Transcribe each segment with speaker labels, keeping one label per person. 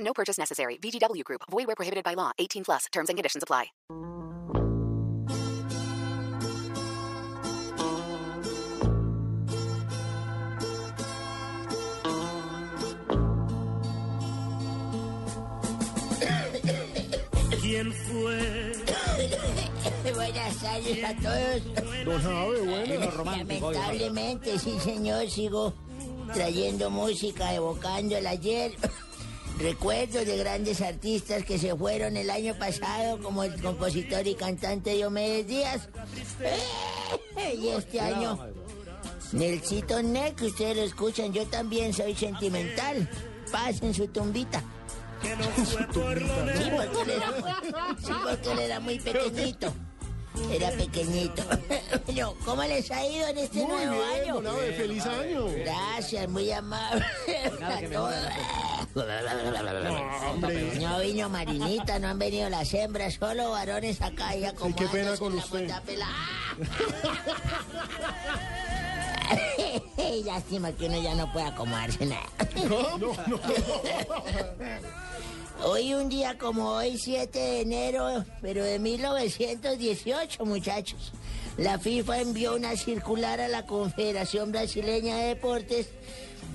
Speaker 1: No purchase necessary. VGW Group. Void where prohibited by law. 18 plus. Terms and conditions apply.
Speaker 2: ¿Quién fue?
Speaker 3: Buenas tardes a todos. Eh, Lamentablemente, sí señor, sigo trayendo música, evocando el ayer. Recuerdos de grandes artistas que se fueron el año pasado, como el compositor y cantante Diomedes Díaz. Y este año, Nelsito Neck, que ustedes lo escuchan, yo también soy sentimental. Paz en su tumbita.
Speaker 2: Que no fue por lo
Speaker 3: Sí,
Speaker 2: menos.
Speaker 3: porque él era, sí, porque él era muy pequeñito. Era pequeñito. Bueno, ¿cómo les ha ido en este nuevo año?
Speaker 4: feliz año.
Speaker 3: Gracias, muy amable. A todos. No vino Marinita, no han venido las hembras, solo varones acá. Ya como
Speaker 4: qué pena
Speaker 3: andas
Speaker 4: con
Speaker 3: la
Speaker 4: usted.
Speaker 3: bota pelada. Lástima que uno ya no puede acomodarse nada. Hoy un día como hoy, 7 de enero, pero de 1918, muchachos. La FIFA envió una circular a la Confederación Brasileña de Deportes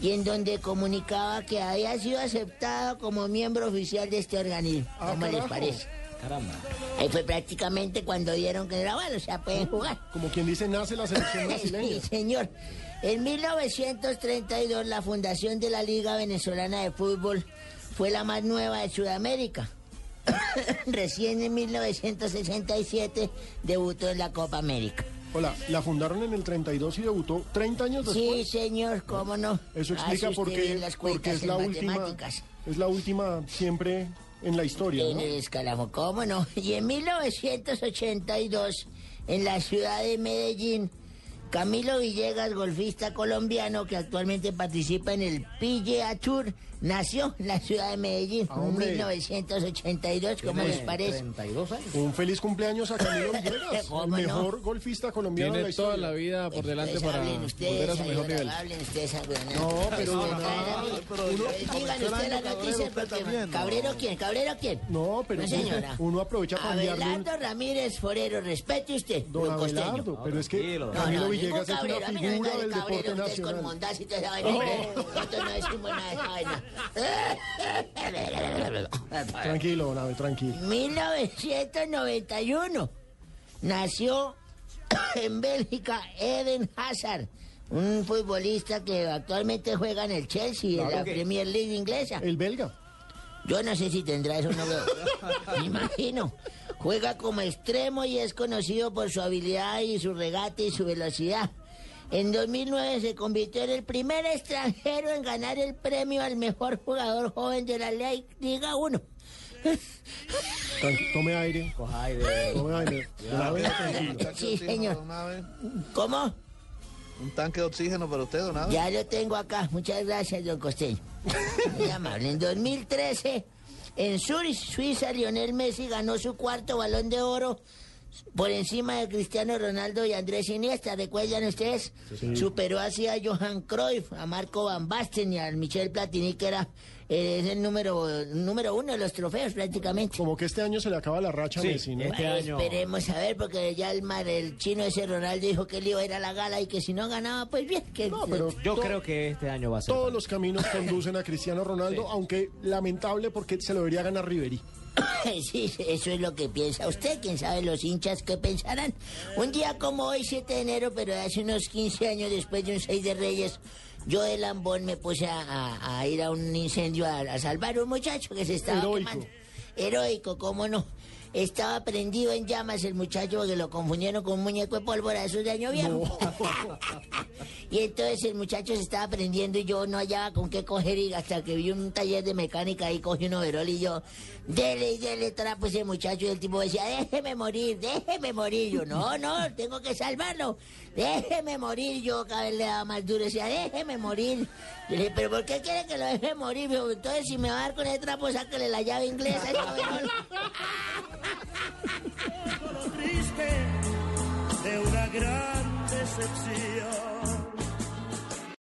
Speaker 3: y en donde comunicaba que había sido aceptado como miembro oficial de este organismo. ¿Cómo les parece? Ahí fue prácticamente cuando dieron que era bueno, o sea, pueden jugar.
Speaker 4: Como quien dice, nace la selección
Speaker 3: Sí,
Speaker 4: brasileña.
Speaker 3: señor. En 1932 la fundación de la Liga Venezolana de Fútbol fue la más nueva de Sudamérica. Recién en 1967 debutó en la Copa América.
Speaker 4: Hola, la fundaron en el 32 y debutó 30 años
Speaker 3: Sí, Ah,
Speaker 4: después.
Speaker 3: señor, cómo no.
Speaker 4: Eso
Speaker 3: Hace
Speaker 4: explica
Speaker 3: usted
Speaker 4: por
Speaker 3: bien
Speaker 4: qué
Speaker 3: las
Speaker 4: porque
Speaker 3: cuentas
Speaker 4: es
Speaker 3: en
Speaker 4: la última,
Speaker 3: matemáticas.
Speaker 4: es la última siempre en la historia,
Speaker 3: En
Speaker 4: ¿no?
Speaker 3: el escalafón, ¿cómo no? Y en 1982, en la ciudad de Medellín, Camilo Villegas, golfista colombiano que actualmente participa en el PGA Tour, nació en la ciudad de Medellín en
Speaker 4: hombre.
Speaker 3: 1982, ¿cómo les parece?
Speaker 4: Un feliz cumpleaños a Camilo Villegas,
Speaker 3: ¿Cómo
Speaker 4: el
Speaker 3: no?
Speaker 4: mejor golfista colombiano de la
Speaker 5: Tiene toda
Speaker 4: historia.
Speaker 5: la vida por delante
Speaker 3: Ustedes
Speaker 5: para
Speaker 3: hablen
Speaker 5: volver
Speaker 3: ustedes,
Speaker 5: a su mejor
Speaker 3: señora,
Speaker 5: nivel.
Speaker 3: hablen ustedes, ah, señora.
Speaker 4: No, pero
Speaker 3: Ustedes
Speaker 4: no,
Speaker 3: traen a mí. Digan eh, ustedes la noticia porque... ¿Cabrero quién? ¿Cabrero quién?
Speaker 4: No, pero
Speaker 3: No, señora.
Speaker 4: uno aprovecha para enviarle un-
Speaker 3: Abelardo Ramírez Forero, respete usted,
Speaker 4: Don
Speaker 3: don Costeño.
Speaker 4: Abelardo, pero es que
Speaker 3: No, no,
Speaker 4: Camilo
Speaker 3: ningún
Speaker 4: Villegas es
Speaker 3: cabrero,
Speaker 4: una
Speaker 3: a mí no me venga
Speaker 4: figura
Speaker 3: de
Speaker 4: del deporte
Speaker 3: cabrero, ustedes con
Speaker 4: nacional.
Speaker 3: mondaz y toda esa vaina, hombre. Nosotros no decimos nada de esa vaina.
Speaker 4: Tranquilo, don Abe, tranquilo.
Speaker 3: 1991 nació en Bélgica Eden Hazard, un futbolista que actualmente juega en el Chelsea, en la Premier League inglesa.
Speaker 4: El belga.
Speaker 3: Yo no sé si tendrá eso, no lo me imagino. Juega como extremo y es conocido por su habilidad y su regate y su velocidad. En 2009 se convirtió en el primer extranjero en ganar el premio al mejor jugador joven de la ley Liga 1.
Speaker 4: Tran- Tome aire. Coja aire. Tome aire. Don Abe, tranquilo.
Speaker 3: Sí, señor. ¿Cómo?
Speaker 6: Un tanque de oxígeno para usted, don Abe.
Speaker 3: Ya lo tengo acá. Muchas gracias, don Costeño. Muy amable. En 2013, en Zurich, Suiza, Lionel Messi ganó su cuarto balón de oro por encima de Cristiano Ronaldo y Andrés Iniesta. ¿Recuerdan ustedes? Superó así a Johan Cruyff, a Marco Van Basten y a Michel Platini, que era eh, es el número, número uno de los trofeos prácticamente.
Speaker 4: Como que este año se le acaba la racha a Messi, ¿no?
Speaker 3: Ay, Esperemos a ver, porque ya el, mar, el chino ese Ronaldo dijo que él iba a ir a la gala y que si no ganaba, pues bien. Que
Speaker 4: No, pero
Speaker 7: Yo creo que este año va a ser.
Speaker 4: Todos los caminos conducen a Cristiano Ronaldo, aunque lamentable porque se lo debería ganar Ribery.
Speaker 3: Sí, eso es lo que piensa usted, quién sabe los hinchas qué pensarán. Un día como hoy, 7 de enero, pero hace unos 15 años después de un 6 de Reyes, yo de Lambón me puse a, a- a ir a un incendio a, a salvar a un muchacho que se estaba
Speaker 4: Heroico.
Speaker 3: quemando. Heroico, cómo no. Estaba prendido en llamas el muchacho porque lo confundieron con un muñeco de pólvora de esos de año viejo. y entonces el muchacho se estaba prendiendo y yo no hallaba con qué coger y hasta que vi un taller de mecánica y cogí un overol y yo, dele, dele trapo a ese muchacho y el tipo decía, déjeme morir, déjeme morir. Yo, no, no, tengo que salvarlo, déjeme morir. Yo cada vez le daba más duro, decía, déjeme morir. Yo le dije, pero ¿por qué quiere que lo deje morir? Me dijo, entonces si me va a dar con ese trapo, sáquele la llave inglesa. a ese overol".
Speaker 2: lo triste de una gran decepción.